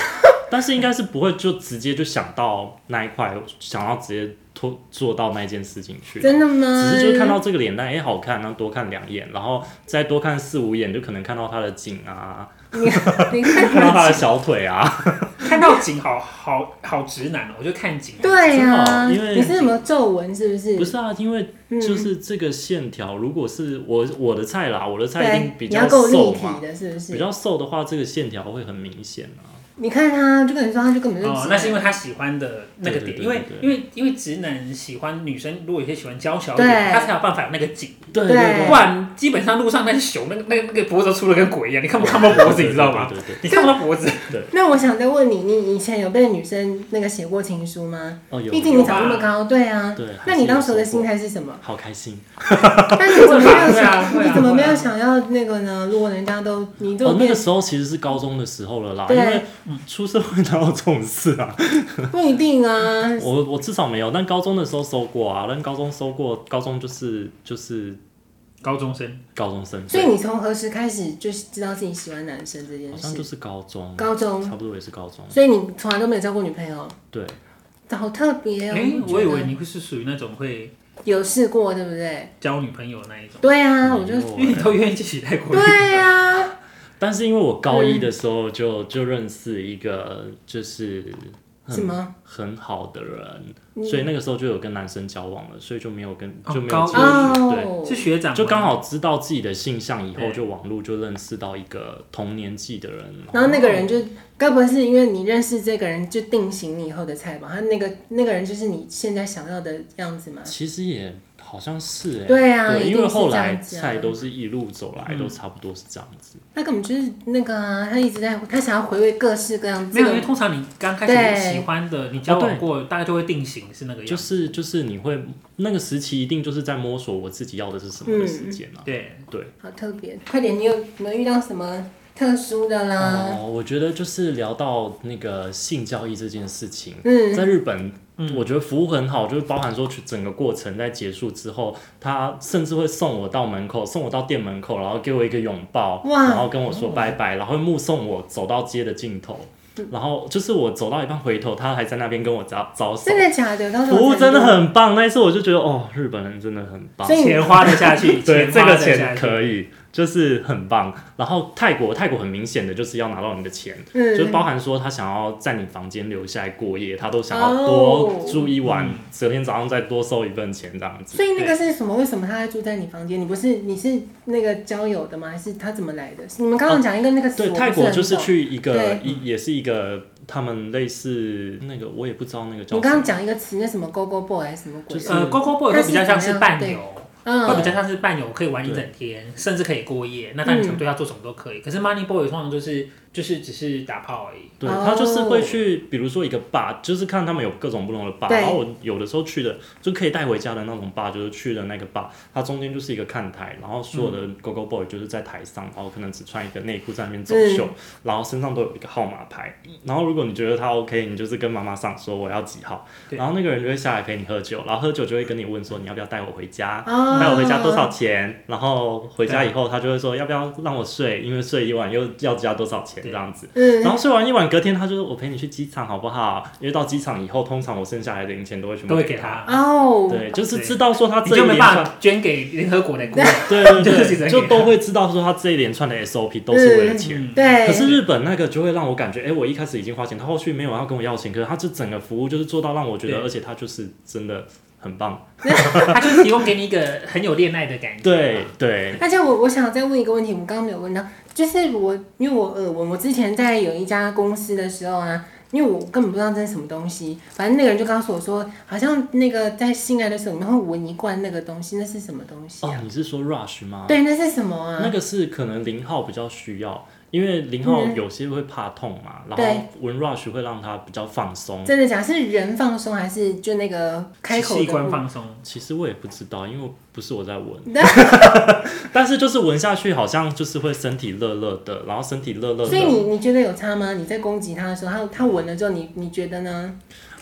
S3: 但是应该是不会就直接就想到那一块，想要直接拖做到那件事情去。
S1: 真的吗？
S3: 只是就看到这个脸蛋，哎、好看，然后多看两眼，然后再多看四五眼，就可能看到他的颈 啊，
S1: 你看
S3: 看到他的小腿 啊。
S2: 看到景好好好直男哦，我就看景。
S1: 对呀、
S3: 真的哦因为
S1: 你是什么皱纹是不是？
S3: 不是啊，因为
S1: 嗯
S3: 就是这个线条，如果是我我的菜啦，我的菜
S1: 对
S3: 一定，比
S1: 你
S3: 较
S1: 要够
S3: 瘦
S1: 立
S3: 嘛
S1: 体，的，是不
S3: 比
S1: 是？
S3: 较瘦的话，这个线条会很明显啊。
S1: 你看他，就跟你说，他就根本就直、
S2: 哦，那是因为他喜欢的那个
S3: 对对
S2: 点，
S3: 对
S2: 因为
S3: 对对
S2: 因为因为直男喜欢女生，如果有些喜欢娇小一
S1: 对
S2: 点，他才有办法有那个景，
S3: 对
S1: 对
S2: 不然基本上路上那些熊，那个那个那个脖子都粗的跟鬼一样，你看不看不到脖子，你知道吗？
S3: 对对对对
S2: 你看不到脖子，
S1: 那我想再问你，你以前有被女生那个写过情书吗？
S3: 哦，有。
S1: 毕竟你长那么高，对啊。
S3: 对
S1: 那你当时的
S3: 还是
S1: 心
S3: 有
S1: 态是什 么？
S3: 好开心
S1: 但你怎么没有
S2: 会啊会
S1: 想？
S2: 啊
S1: 你怎么没
S2: 会
S1: 有
S2: 啊
S1: 想要那个呢？如果人家都你
S3: 哦
S1: 都！
S3: 那
S1: 变
S3: 个，时候其实是高中的时候了啦，因
S1: 对
S3: 为出社会哪有这种 事啊？
S1: 不一定 啊。
S3: 我我至少没有，但高中的时候收过啊，但高中收过，高中就是就是
S2: 高中生，
S3: 高中生，
S1: 所以你从何时开始就是知道自己喜欢男生这件
S3: 好像就
S1: 事？
S3: 是高中，
S1: 高中，
S3: 差不多也是高中，
S1: 所以你从来都没有交过女朋友，
S3: 对，
S1: 好特别
S2: 哎、
S1: 哦！
S2: 我以
S1: 觉得
S2: 为你会是属于那种会
S1: 有试过，对不对？
S2: 交女朋友那一种，
S1: 对啊，我就
S3: 没
S2: 因为
S3: 有
S2: 你
S3: 欸
S2: 都愿意自己带过去。
S1: 对啊，
S3: 但是因为我高
S1: 嗯
S3: 一的时候就、就认识一个就是嗯
S1: 什么？
S3: 很好的人，所以那个时候就有跟男生交往了，所以就没有跟
S2: 哦
S3: 就没有
S2: 高
S3: 继续、对。
S1: 哦，
S2: 是学长吗，
S3: 就刚好知道自己的性向以后，
S2: 对
S3: 就网络就认识到一个同年纪的人，
S1: 然后那个人就，该不会是因为你认识这个人就定型你以后的菜吧？他那个那个人就是你现在想要的样子吗？
S3: 其实也好像是哎、
S1: 对啊一定
S3: 因为
S1: 是
S3: 后
S1: 这
S3: 来
S1: 样子啊
S3: 菜都是一路走来
S2: 嗯
S3: 都差不多是这样子，
S1: 他根本就是那个啊，他一直在，他想要回味各式各样
S2: 没
S1: 这
S2: 有，因为
S1: 个
S2: 通常你刚开始
S1: 对
S2: 喜欢的，你交往过，大概就会定型是那个
S3: 就
S2: 样子。
S3: 是就是你会那个时期一定就是在摸索我自己要的是什么的时间啊，
S2: 对，
S3: 对。
S1: 好特别。快点，你有没有遇到什么特殊的啦？
S3: 哦，我觉得就是聊到那个性交易这件事情，
S1: 嗯
S3: 在日本，我觉得服务很好，就是包含说去整个过程在结束之后，他甚至会送我到门口，送我到店门口，然后给我一个拥抱，
S1: 哇
S3: 然后跟我说拜拜，然后目送我走到街的尽头，然后就是我走到一半回头，他还在那边跟我招招手
S1: 真，的假的？刚才
S3: 服务真的很棒。那一次我就觉得哦，日本人真的很棒
S1: 所。以你
S2: 钱花得下去，
S3: 对，这
S2: 花
S3: 个
S2: 得下
S3: 钱
S2: 去
S3: 可以，就是很棒。然后泰国，泰国很明显的就是要拿到你的钱，就
S1: 嗯，
S3: 包含说他想要在你房间留下来过夜，他都想
S1: 哦
S3: 要多住一晚
S2: 嗯，
S3: 隔天早上再多收一份钱这样子。
S1: 所以那个是什么？为什么他会住在你房间？你不是你是那个交友的吗？还是他怎么来的？你们刚刚讲一个那个词，
S3: 哦对，
S1: 嗯我不
S3: 泰国就是
S1: 很懂。
S3: 去一个
S1: 对
S3: 一也是一个他们类似那个我也不知道那个叫
S1: 你
S3: 什
S1: 刚刚
S3: 么，
S1: 讲一个词，那什么 “go go boy” 还是什么鬼？
S3: 就是
S2: 呃，Coco Boy 会比较像是伴
S1: 它是怎么
S2: 游，会
S1: 嗯，
S2: 比较像是伴游，可以玩一整天，甚至可以过夜。那当然，你想对他做什么都可
S1: 嗯
S2: 以。可是 Money Boy 通常就是就是只是打炮而已。
S3: 对
S1: 哦
S3: 他就是会去，比如说一个 bar，就是看他们有各种不同的 bar，
S1: 对
S3: 然后我有的时候去的就可以带回家的那种 bar，就是去的那个 bar，它中间就是一个看台，然后所有的 go go boy 就是在台上，然后可能只穿一个内裤在那边走秀，然后身上都有一个号码牌，然后如果你觉得他 OK，你就是跟妈妈上说我要几号，
S2: 对
S3: 然后那个人就会下来陪你喝酒，然后喝酒就会跟你问说你要不要带我回家，
S1: 哦
S3: 带我回家多少钱，然后回家以后他就会说要不要让我睡，因为睡一晚又要加多少钱这
S2: 对
S3: 样子。
S1: 嗯，
S3: 然后睡完一晚，隔天他就说：“我陪你去机场好不好？”因为到机场以后，通常我剩下来的零钱都会全部
S2: 都会给。他，
S1: 哦，
S3: 对，就是知道说他
S2: 你
S3: 这一
S2: 就没
S3: 连
S2: 办
S3: 串，
S2: 法捐给联合国的国。
S3: 对对
S2: 就
S3: 对
S2: 是只能给他
S3: 对，就都会知道说他这一连串的 SOP 都是为了钱。
S2: 嗯
S1: 对，
S3: 可是日本那个就会让我感觉，哎、我一开始已经花钱，他后续没有要跟我要钱，可是他这整个服务就是做到让我觉得，
S2: 对
S3: 而且他就是真的很棒。
S2: 他就是提供给你一个很有恋爱的感觉。
S3: 对对，
S1: 而且我我想再问一个问题，我们刚刚没有问到，就是我因为我耳闻，我之前在有一家公司的时候啊，因为我根本不知道这是什么东西，反正那个人就告诉我说，好像那个在性爱的时候，你们会闻一罐那个东西，那是什么东西
S3: 哦
S1: 啊？，
S3: 你是说 Rush 吗？
S1: 对，那是什么
S3: 那
S1: 啊？
S3: 个是可能零号比较需要，因为零号有些会怕痛嘛，然后闻 rush 会让他比较放
S2: 哦
S3: 松。
S1: 真的假的？是人放松还是就那个开口
S2: 器
S1: 的
S2: 官
S1: 部？
S2: 放松，
S3: 其实我也不知道，因为不是我在闻，但是就是闻下去好像就是会身体热热的，然后身体热热
S1: 所以
S3: 的。
S1: 你你觉得有差吗？你在攻击他的时候，他他闻了之后，你你觉得呢？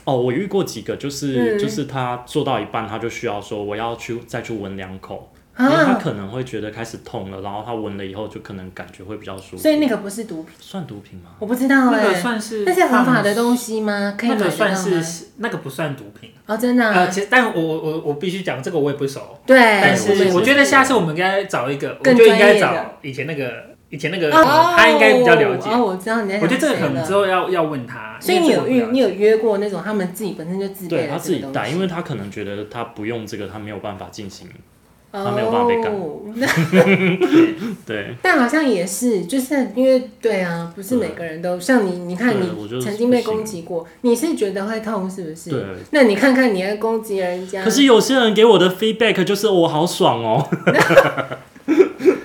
S3: 哦，我遇过几个，就是、
S1: 嗯
S3: 就是他做到一半，他就需要说我要去再去闻两口，因为他
S1: 啊，
S3: 可能会觉得开始痛了，然后他闻了以后就可能感觉会比较舒服。
S1: 所以那个不是毒品，
S3: 算毒品吗？
S1: 我不知道
S2: 那
S1: 哎、
S2: 个算是
S1: 那是合法的
S2: 西，
S1: 东西吗？可以
S2: 那
S1: 买得
S2: 个
S1: 到
S2: 算
S1: 吗？
S2: 是那个不算毒品。
S1: 哦，真的、啊
S2: 呃，其实但我我我我必须讲这个我也不熟，
S1: 对，
S2: 但
S3: 我们
S2: 是
S3: 也
S2: 我
S3: 不
S2: 觉得下次我们应该找一个，我
S1: 哎更
S2: 就应该
S1: 专业
S2: 找
S1: 的
S2: 以前那个以前那个
S1: 哦
S2: 他应该比较了解。
S1: 哦，我知道你在
S2: 我
S1: 讲
S2: 觉得这个可
S1: 谁
S2: 能之
S1: 了。
S2: 后要要问他，
S1: 所以
S2: 因为
S1: 你有
S2: 这个我不了
S1: 遇
S2: 解
S1: 你有约过那种他们自己本身就自
S3: 对
S1: 备
S3: 他
S1: 了
S3: 自
S1: 这
S3: 己
S1: 个东
S3: 带，
S1: 西，
S3: 因为他可能觉得他不用这个，他没有办法进行。
S1: 哦，
S3: 他没有办法被干
S1: 那
S3: 对，
S1: 但好像也是，就是因为对啊，不是每个人都像你，你看
S3: 对
S1: 你
S3: 我就是
S1: 曾经被
S3: 不行
S1: 攻击过，你是觉得会痛是不是？
S3: 对。
S1: 那你看看你在攻击人家，
S3: 可是有些人给我的 feedback 就是我好爽哦，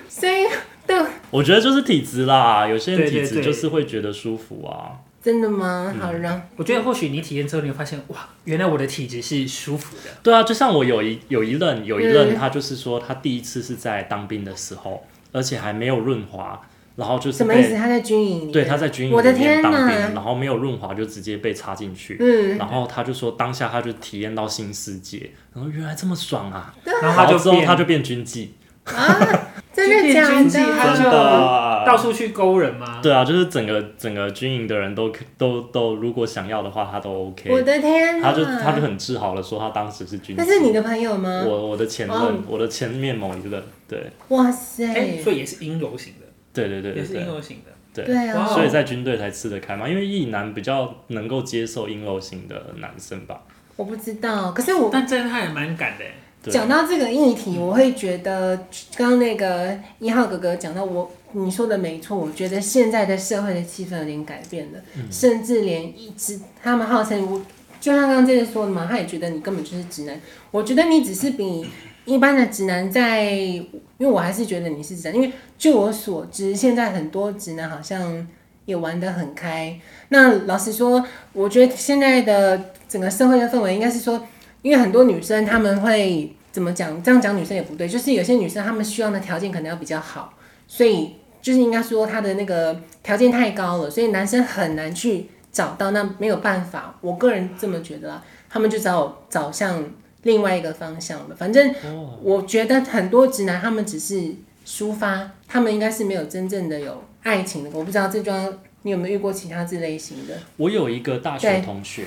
S1: 所以对，
S3: 我觉得就是体质啦，有些人
S2: 对对
S3: 体质
S2: 对
S3: 就是会觉得舒服啊。
S1: 真的吗？好了，
S2: 我觉得或许你体验之后，你会发现哇，原来我的体质是舒服的。
S3: 对啊，就像我有一有一任有一任
S1: 嗯
S3: 他就是说他第一次是在当兵的时候，而且还没有润滑，然后就是
S1: 什么意思？
S3: 被
S1: 他在军营里，
S3: 对他在军营
S1: 我的
S3: 里面
S1: 天
S3: 当
S1: 哪
S3: 兵，然后没有润滑就直接被插进去。
S1: 嗯，
S3: 然后他就说，当下他就体验到新世界，然后原来这么爽啊！
S2: 然后他就
S3: 之后
S2: 变
S3: 他就变军妓，
S1: 啊，真
S2: 就
S1: 的
S2: 变
S1: 假
S2: 军纪他就
S3: 真
S1: 的？
S3: 的
S2: 到处去勾人吗？
S3: 对啊，就是整个整个军营的人都都都，如果想要的话，他都 OK。
S1: 我的天
S3: 他
S1: 哪！
S3: 就他就很自豪的说，他当时是军
S1: 那
S3: 人。
S1: 是你的朋友吗？
S3: 我我的前任，
S1: 哦
S3: 我的前面某一个，对
S1: 哇塞！
S2: 哎，所以也是阴柔型的，
S3: 对对对
S2: 也
S3: 对
S2: 是阴
S3: 对
S2: 柔型的。
S3: 对
S1: 对啊，
S2: 哇
S3: 所以在军队才吃得开嘛，因为异男比较能够接受阴柔型的男生吧。
S1: 我不知道，可是我
S2: 但真的他也蛮敢的欸，
S3: 对
S1: 讲到这个议题，我会觉得刚刚那个一号哥哥讲到我，你说的没错，我觉得现在的社会的气氛有点改变了，甚至连一直他们号称我，就像刚刚这个说的嘛，他也觉得你根本就是直男，我觉得你只是比一般的直男在，因为我还是觉得你是直男，因为据我所知，现在很多直男好像也玩得很开。那老实说，我觉得现在的整个社会的氛围应该是说。因为很多女生她们会怎么讲？这样讲女生也不对，就是有些女生她们需要的条件可能要比较好，所以就是应该说她的那个条件太高了，所以男生很难去找到。那没有办法，我个人这么觉得啦，他们就找找向另外一个方向了。反正我觉得很多直男他们只是抒发，他们应该是没有真正的有爱情的。我不知道这桩你有没有遇过其他这类型的？
S3: 我有一个大学
S1: 对
S3: 同学，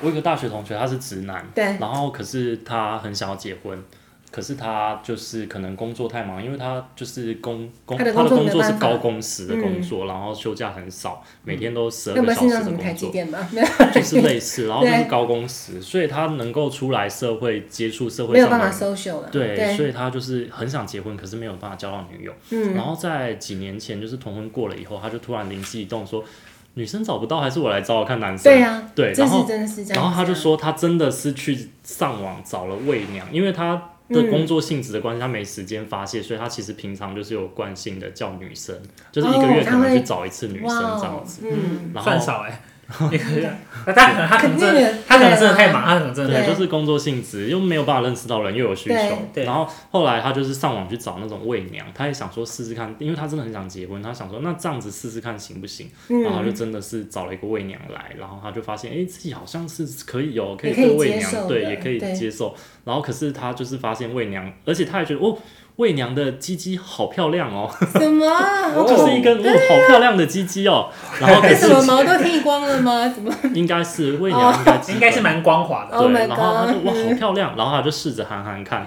S3: 我有一个大学同学，他是直男，
S1: 对，
S3: 然后可是他很想要结婚，可是他就是可能工作太忙，因为他就是工工
S1: 他的
S3: 他
S1: 工
S3: 的
S1: 作
S3: 工作
S1: 没
S3: 是
S1: 办法嗯
S3: 高工时的工作，然后休假很少，每天都十二
S1: 要不
S3: 个
S1: 要
S3: 小
S1: 是
S3: 时
S1: 那种什
S3: 的
S1: 么台
S3: 工
S1: 积
S3: 作，
S1: 电吧？
S3: 就是类似，然后就是
S1: 对
S3: 高工时，所以他能够出来社会接触社会
S1: 没有
S3: 上
S1: 办
S3: 的
S1: 法
S3: 人。
S1: social 了。
S3: 对，
S1: 对，
S3: 所以他就是很想结婚，可是没有办法交到女友。
S1: 嗯，
S3: 然后在几年前，就是同婚过了以后，他就突然灵机一动说，女生找不到，还是我来找找看男生。
S1: 对啊，
S3: 对，
S1: 这
S3: 然后
S1: 是真的是这样子啊。
S3: 然后他就说，他真的是去上网找了媚娘，因为他的工作性质的关系，他没时间发泄，所以他其实平常就是有惯性的叫女生，就是一个月
S1: 哦
S3: 可
S1: 他会
S3: 能去找一次女生
S1: 哇
S3: 这样
S1: 哦，
S3: 子。
S1: 嗯，
S3: 然
S2: 算
S3: 后
S2: 少 哎。你可以，那当然他可能真
S1: 肯定
S2: 的
S1: 的，
S2: 他可能真
S1: 对
S2: 的
S1: 啊
S2: 太忙，他可能真的
S1: 对
S3: 对，就是工作性质又没有办法认识到人，又有需求
S1: 对。
S2: 对
S3: 然后后来他就是上网去找那种媚娘，他也想说试试看，因为他真的很想结婚，他想说那这样子试试看行不行？嗯
S1: 嗯
S3: 然后他就真的是找了一个媚娘来，然后他就发现，哎、自己好像是可以有，可以
S1: 也可以
S3: 对媚
S1: 接受
S3: 娘，
S1: 的
S3: 对，也可以
S1: 对
S3: 接受。然后可是他就是发现媚娘，而且他还觉得哦，媚娘的鸡鸡好漂亮哦，
S1: 什 么？啊
S2: 哦
S3: 就是一根哦好漂亮的鸡鸡哦。然后可
S1: 为什
S3: 是
S1: 么哦毛都剃光了吗？怎 么？
S3: 应该是媚娘应该基
S2: 应该是
S3: 本
S2: 蛮光滑的。
S1: Oh
S3: 对，
S1: my
S3: 然后他
S1: god 嗯
S3: 就
S1: 哦
S3: 哇好漂亮，然后他就试着喊喊看，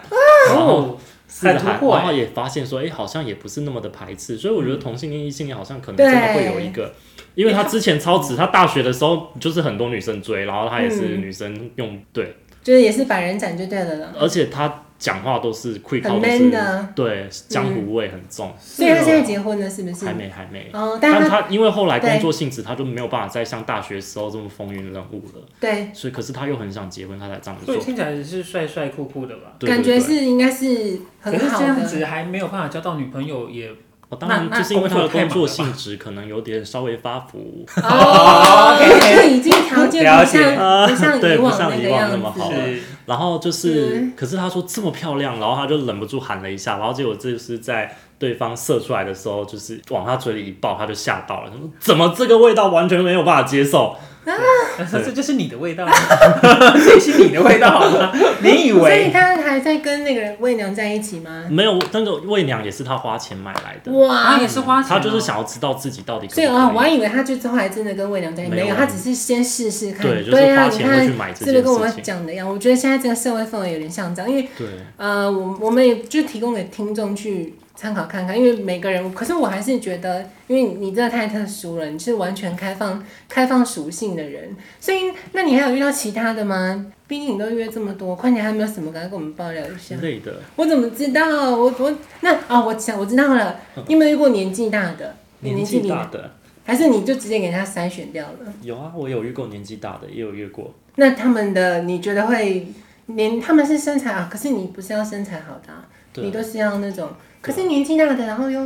S3: 然后试着
S2: 很
S3: 喊，
S2: 突破
S3: 然后
S2: 欸
S3: 也发现说，哎、好像也不是那么的排斥，所以我觉得
S1: 嗯
S3: 同性恋、异性恋好像可能真的会有一个，因为他之前超值，他大学的时候就是很多女生追，然后他也是
S1: 嗯
S3: 女生用、对，
S1: 就是也是百人斩就对了啦。
S3: 而且他讲话都是 quick，
S1: 很 man 的
S3: 都是对江湖味很重，
S1: 所以他现在
S2: 是哦
S1: 结婚了，是不是
S3: 还？没还没。
S1: 哦，但
S3: 但
S1: 他
S3: 他因为后来
S1: 对
S3: 工作性质，他就没有办法再像大学时候这么风云人物了，
S1: 对，
S3: 所以可是他又很想结婚，他才这样
S2: 所
S3: 做
S2: 以。听起来是帅帅酷酷的吧？
S3: 对
S1: 感
S3: 对
S1: 觉
S3: 对
S1: 是应该是
S2: 可
S1: 很
S2: 是
S1: 好
S2: 这样
S1: 的。
S2: 子啊还没有办法交到女朋友，也
S3: 哦，当
S2: 那
S3: 然
S2: 那
S3: 就是因为他的
S2: 工作太
S3: 工
S2: 忙
S3: 作
S2: 了
S3: 性质可能有点稍微发福，
S1: 哦，
S2: OK
S1: 就已经条件
S2: 了
S1: 不
S2: 解
S1: 像不像
S3: 对
S1: 以
S3: 不
S1: 往
S3: 像
S1: 那
S3: 以
S1: 个
S3: 往
S1: 样
S3: 那么好
S1: 子。
S2: 是
S3: 然后就是，可是他说这么漂亮，然后他就忍不住喊了一下，然后结果这是在对方射出来的时候，就是往他嘴里一抱，他就吓到了，他说怎么这个味道完全没有办法接受？对
S2: 呃这就是你的味道吗， 这也是你的味道 吗？你以
S1: 所以
S2: 为
S1: 他还在跟那个人魏娘在一起吗？啊
S3: 没有，那个媚娘也是他花钱买来的，
S2: 他
S1: 哇
S2: 也！是花钱哦，
S3: 他就是想要知道自己到底可不
S1: 所
S3: 可
S1: 以啊，我还
S3: 以。
S1: 以为他就是后来真的跟魏良在一起，
S3: 没有啊
S1: 没有，他只是先试试看。
S3: 对就是
S1: 啊，
S3: 花
S1: 你
S3: 钱
S1: 看
S3: 会去买
S1: 是不
S3: 这
S1: 是
S3: 件
S1: 跟我
S3: 事情
S1: 讲的一样？我觉得现在这个社会氛围有点像这样，因为
S3: 对，
S1: 呃，我我们也就提供给听众去参考看看，因为每个人，可是我还是觉得，因为你真的太特殊了，你是完全开
S3: 嗯
S1: 放开放属性的人，所以那你还有遇到其他的吗？毕竟你都约这么多，快点，还有没有什么，赶快跟我们爆料一下
S3: 之。类的。
S1: 我怎么知道？我我那啊、我想我知道了，你有没有遇过年纪大的？你
S3: 嗯年
S1: 纪嗯
S3: 纪
S1: 比
S3: 大的
S1: 还是你就直接给他筛选掉了？
S3: 有啊，我有遇过年纪大的，也有遇过。
S1: 那他们的你觉得会连他们是身材啊，可是你不是要身材好的、啊，
S3: 对
S1: 你都是要那种，可是年纪大的，然后又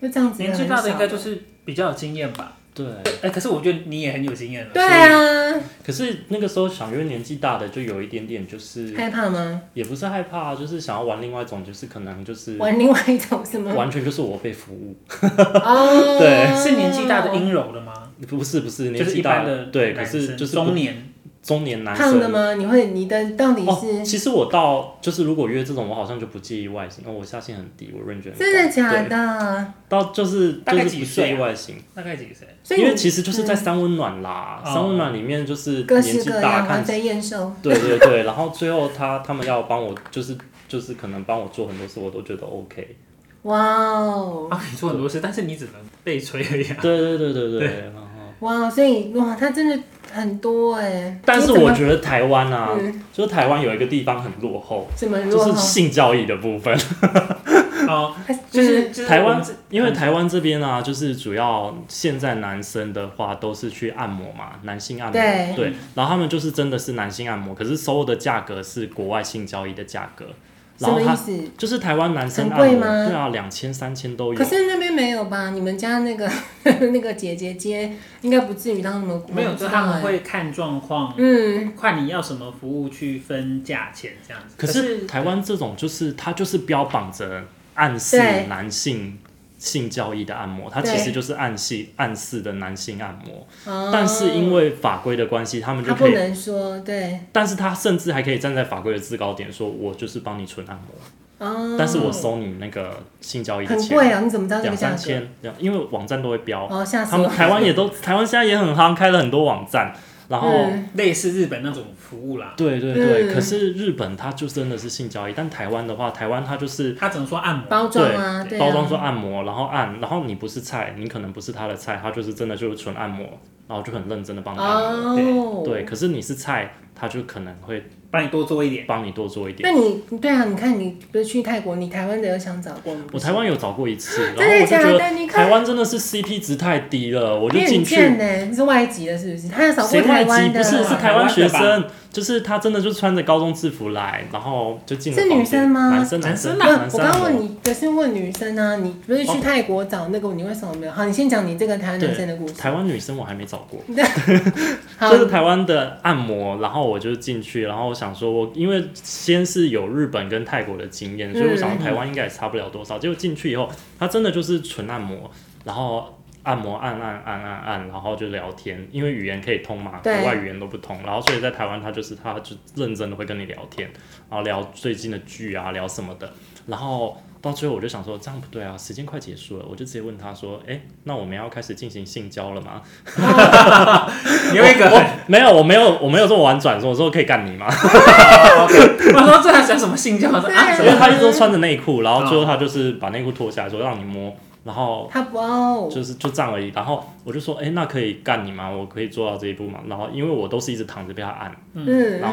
S1: 又这样子，啊
S2: 年纪大的应该就是比较有经验吧？
S3: 对，
S2: 哎，可是我觉得你也很有经验了，
S1: 对啊，
S3: 可是那个时候想约年纪大的，就有一点点就是
S1: 害怕吗？
S3: 也不是害怕，啊就是想要玩另外一种，就是可能就是
S1: 玩另外一种什么？
S3: 完全就是我被服务，
S1: 哦，
S3: 对
S2: 是年纪大的阴柔的吗？
S3: 不是不是
S2: 就
S3: 年
S2: 是
S3: 纪
S2: 一
S3: 大
S2: 般的
S3: 对，可
S2: 男
S3: 是
S2: 生
S3: 就是不
S2: 中年
S3: 中年男
S1: 胖
S3: 生
S1: 的吗？你会你的到底
S3: 哦，
S1: 是、
S3: 其实我到就是如果约这种，我好像就不介意外形，哦，我下限很低，我认真。
S1: 真的假
S3: 对？
S1: 的？
S3: 到就是
S2: 大概
S3: 就是
S2: 几
S3: 不
S2: 岁
S3: 介意
S2: 啊
S3: 外形，
S2: 大概几岁？
S1: 所以嗯
S3: 因为
S1: 你
S3: 其实就是在三温暖啦，
S2: 嗯
S3: 三温暖里面就是
S1: 各
S3: 年
S1: 式
S3: 纪
S1: 各
S3: 大
S1: 样，啊
S3: 看
S1: 环肥燕瘦，
S3: 对对对，然后最后他他们要帮我，就是就是可能帮我做很多事，我都觉得 OK。
S1: 哇哦，
S2: 啊，你做很多事，但是你只能被吹而 已、啊。
S3: 对对对对对。然后
S1: 哇哦，所以哇，他真的很多哎、
S3: 但是
S1: 你怎
S3: 我
S1: 么
S3: 觉得台湾啊，
S1: 嗯
S3: 就是台湾有一个地方很落后，
S1: 怎么
S3: 就
S1: 落
S3: 是
S1: 后？
S3: 性教育的部分。
S2: 哦，
S1: 还是
S2: 就是就是
S3: 台
S2: 我
S3: 湾
S2: 们这
S3: 因为台湾这边啊，就是主要现在男生的话都是去按摩嘛，男性按摩
S1: 对
S3: 然后他们就是真的是男性按摩，可是收的价格是国外性交易的价格，
S1: 什
S3: 然后
S1: 么意
S3: 他
S1: 思？
S3: 就是台湾男生
S1: 很
S3: 按
S1: 贵
S3: 摩，
S1: 吗
S3: 对啊，两千三千都有
S1: 可。是那边没有吧？你们家那个 那个姐姐接，应该不至于到那么贵
S2: 没有，就他们
S1: 吧
S2: 会看状况，
S1: 嗯，
S2: 看你要什么服务去分价钱这样子。
S3: 可是台湾这种就是它就是标榜着暗示
S1: 对
S3: 男性性交易的按摩，它
S1: 对
S3: 其实就是暗示暗示的男性按摩，
S1: 哦
S3: 但是因为法规的关系，他们就
S1: 他
S3: 可
S1: 不
S3: 以，
S1: 能说对
S3: 但是他甚至还可以站在法规的制高点说，我就是帮你纯按摩，
S1: 哦，
S3: 但是我收你那个性交易的
S1: 很
S3: 钱，
S1: 贵啊！你怎么知道这
S3: 两
S1: 个价
S3: 三
S1: 格？
S3: 千，两因为网站都会标，
S1: 哦，吓死
S3: 他
S1: 我！
S3: 们台湾也都台湾现在也很夯，开了很多网站，然后。
S1: 嗯
S2: 类似日本那种服务啦，
S3: 对对
S1: 嗯
S3: 对，可是日本它就真的是性交易，但台湾的话，台湾它就是
S2: 他只能说按摩。
S1: 包装啊，对
S3: 对，
S1: 啊
S3: 包装说按摩，然后按，然后你不是菜，你可能不是他的菜，他就是真的就是纯按摩，然后就很认真的帮你按摩。
S1: 哦，
S3: 对，。可是你是菜，他就可能会
S2: 帮你多做一点。
S3: 帮你多做一点。
S1: 那你对啊，你看你不是去泰国，你台湾的有想找过吗？
S3: 我台湾有找过一次，然
S1: 真
S3: 后
S1: 的
S3: 我就
S1: 假
S3: 觉
S1: 的？
S3: 得
S1: 你
S3: 台
S1: 看，
S3: 湾真的是 CP 值太低了，我就
S1: 你
S3: 进
S1: 很
S3: 去
S1: 贱。呢，你是外籍的，是不是？他有找过
S3: 谁外
S1: 台
S3: 籍
S1: 湾
S3: 不
S1: 的，
S3: 是是台湾学
S2: 台湾
S3: 生，就是他真的就穿着高中制服来，然后就进了
S1: 是女
S3: 房间
S1: 生吗
S3: 男生
S2: 男
S3: 生
S1: 不
S2: 生
S3: 男
S1: 我
S3: 生啊按
S1: 刚
S3: 摩。
S1: 问你的是问女生啊，你不是去泰国找那个，你为什么没有？好，你先讲你这个台湾男生的故事。
S3: 台湾女生我还没找过。
S1: 好
S3: 就，是台湾的按摩，然后我就进去，然后我想说我，因为先是有日本跟泰国的经验，所以我想
S1: 嗯
S3: 台湾应该也差不了多少。结果进去以后，它真的就是纯按摩，然后按摩按按按按按，然后就聊天，因为语言可以通嘛，国
S1: 对
S3: 外语言都不通，然后所以在台湾他就是他就认真的会跟你聊天，然后聊最近的剧啊，聊什么的，然后。到最后我就想说这样不对啊，时间快结束了，我就直接问他说：“哎、那我们要开始进行性交了吗？”
S2: 你有一个，
S3: 我没有，我没有，我没有这么婉转说，我说可以干 你吗？
S2: 我说这还算什么性交？我说啊，
S1: 对
S2: 什
S3: 因为
S2: 么？
S3: 他一直都穿着内裤，然
S1: 嗯
S3: 后最后他就是把内裤脱下来说让你摸，然后
S1: 他不哦，
S3: 就是就这样而已。然后我就说，哎、那可以干你吗？我可以做到这一步吗？然后因为我都是一直躺着被他按，然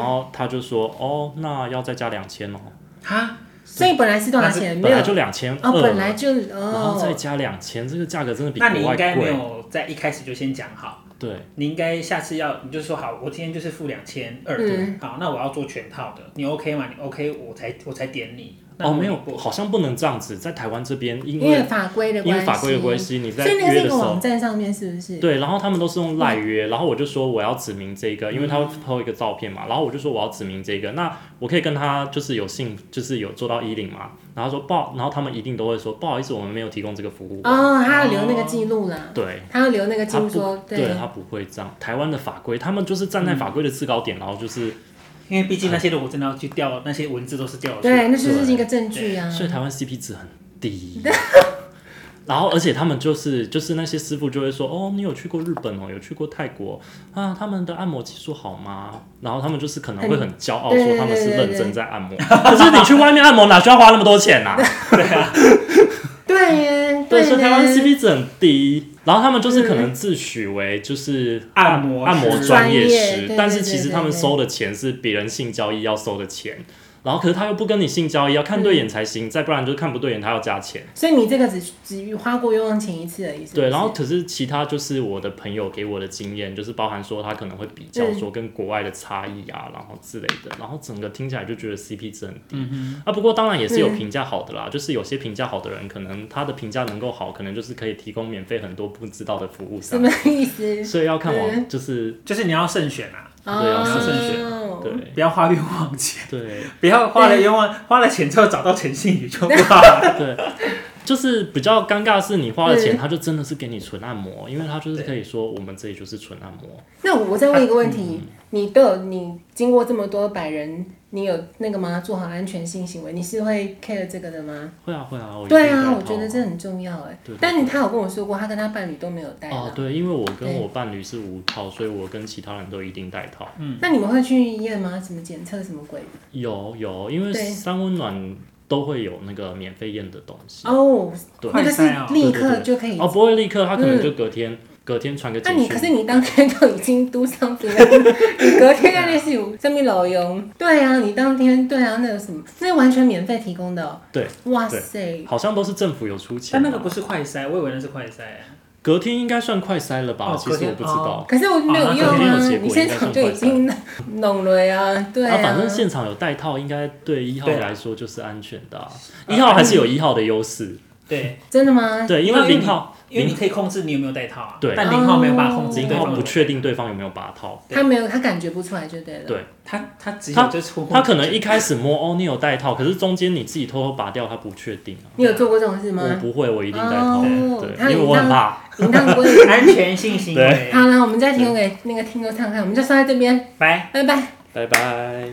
S1: 嗯，
S3: 后他就说，哦，那要再加两千哦，
S2: 哈，
S1: 所以本来是多少钱？没
S3: 本
S1: 有
S3: 来就两千
S1: 哦，本来
S3: 二，
S1: 就
S3: 然后再
S1: 哦，
S3: 加两千，这个价格真的比
S2: 那你
S3: 国
S2: 应
S3: 外
S2: 该没
S3: 贵。
S2: 有在一开始就先讲好，
S3: 对，
S2: 你应该下次要你就说好，我今天就是付两千二，
S1: 嗯
S2: 好，那我要做全套的，你 OK 吗？你 OK 我才我才点你。那
S3: 哦，
S2: 如果
S3: 没
S2: 你
S3: 有，
S2: 不
S3: 好像不能这样子，在台湾这边，因
S1: 因为
S3: 为
S1: 法规的
S3: 因
S1: 关
S3: 为
S1: 系，
S3: 法规的关系，你在
S1: 所以那个是
S3: 约的
S1: 一
S3: 时
S1: 个
S3: 候
S1: 网。站上面是不是？嗯
S3: 对，然后他们都是用赖约，然后我就说我要指明这个，因为他会抛一个照片嘛，然后我就说我要指明这个，那我可以跟他就是有幸就是有做到衣领嘛，然后说不好，然后他们一定都会说不好意思，我们没有提供这个服务，
S1: 哦，他要留那个记录啦，
S3: 哦对。
S1: 他要留那个记
S3: 他
S1: 录
S3: 不
S1: 说，嗯
S3: 对他不会这样。台湾的法规，他们就是站在法规的制高点，然后就是，
S2: 因为毕竟那些如果真的要去调，那些文字都是调的。
S1: 对，那就是一个证据啊。
S3: 所以台湾 CP 值很低。 然后，而且他们就是就是那些师傅就会说，哦，你有去过日本哦，有去过泰国啊，他们的按摩技术好吗？然后他们就是可能会很骄傲
S1: 对
S3: 说他们是
S1: 对对
S3: 认真在按摩，可是你去外面按摩哪需要花那么多钱呐、
S1: 对耶，
S3: 对，
S1: 耶
S3: 所以台湾 CP 值很低。然后他们就是可能自诩为就是
S2: 按摩
S3: 按摩
S2: 师
S3: 专业
S1: 专业
S3: 师
S1: 对，
S3: 但
S1: 对
S3: 是
S1: 对
S3: 其实
S1: 对
S3: 他们
S1: 对
S3: 收的钱是别人性交易要收的钱。然后可是他又不跟你性交易，要看对眼才行，再不然就是看不对眼他要加钱。
S1: 所以你这个只只花过冤枉钱一次而已。是不是
S3: 对，然后可是其他就是我的朋友给我的经验，就是包含说他可能会比较说跟国外的差异啊，然后之类的，然后整个听起来就觉得 CP 值很低、
S1: 嗯
S3: 啊。不过当然也是有评价好的啦，就是有些评价好的人，可能他的评价能够好，可能就是可以提供免费很多不知道的服务
S1: 什
S3: 上
S1: 么，意思？
S3: 所以要看网
S1: 嗯
S3: 就是
S2: 就是你要慎选啊，
S3: 对啊
S2: 是慎选
S1: 哦
S3: 对
S2: 不要花冤枉钱，
S3: 对
S2: 不要花了冤枉花了钱之后找到陈信宇就不好了。
S3: 对，就是比较尴尬的是你花了钱，
S1: 嗯
S3: 他就真的是给你纯按摩，因为他就是可以说我们这里就是纯按摩，嗯
S1: 那我再问一个问题，你都有你经过这么多百人，你有那个吗？做好安全性行为，你是会 care 这个的吗？
S3: 会啊会啊，我一定
S1: 对啊，
S3: 戴
S1: 我觉
S3: 套
S1: 得这很重要哎
S3: 对对。
S1: 但你他有跟我说过，他跟他伴侣都没有啊戴
S3: 哦
S1: 啦，。
S3: 对，因为我跟
S1: 对
S3: 我伴侣是无套，所以我跟其他人都一定戴套。
S2: 嗯
S1: 那你们会去医院吗？什么检测什么鬼的？
S3: 有有，因为
S1: 对
S3: 三温暖都会有那个免费验的东西。
S1: 哦，
S3: 嗯对
S1: 那个是
S2: 快筛哦
S1: 立
S3: 对
S1: 刻
S3: 对对
S1: 就可以
S3: 哦，不会立刻，他可
S1: 嗯
S3: 能就隔天、隔天传个
S1: 那
S3: 简
S1: 你
S3: 讯。
S1: 可是你当天就已经 do something 了， 你隔天在那是有生命老用。对啊，你当天对啊，那有什么？那完全免费提供的、哦。
S3: 对，
S1: 哇塞，
S3: 好像都是政府有出钱
S2: 但
S3: 吧。
S2: 那个不是快筛，我以为那是快筛。
S3: 隔天应该算快筛了吧？
S2: 哦
S3: 其
S2: 隔
S3: 实
S2: 天
S3: 我不知道。
S1: 可是我没有用
S3: 啊那肯定
S1: 啊，
S3: 有结果
S1: 你现场就已经 弄了呀，对
S3: 啊，
S1: 啊。
S3: 反正现场有戴套，应该对一号
S2: 对啊
S3: 来说就是安全的啊、
S1: 嗯
S3: 一号还是有一号的优势，
S2: 对，
S1: 真的吗？
S3: 对，因
S2: 因
S3: 为
S2: 为你
S3: 零号
S2: 因为你
S3: 零
S2: 可以控制你有没有戴套啊。
S3: 对哦
S2: 但零号没有办法控制
S1: 你
S3: 零
S2: 对方
S3: 号
S2: 有没有
S3: 不确定对方有没有拔套，
S1: 他没有，他感觉不出来就对了。
S3: 对
S2: 他他只
S3: 他
S2: 有就出
S3: 他可能一开始摸哦，你有戴套，可是中间你自己偷偷拔掉，他不确定啊。
S1: 你有做过这种事
S3: 我
S1: 吗？
S3: 不会，我一定戴套，
S1: 哦他
S3: 对，因为我很怕。
S1: 淫荡 归
S2: 安全性行为。
S1: 好了，我们再提供给那个听众看看，我们就说到这边，
S2: 拜。
S1: 拜拜。
S3: 拜拜。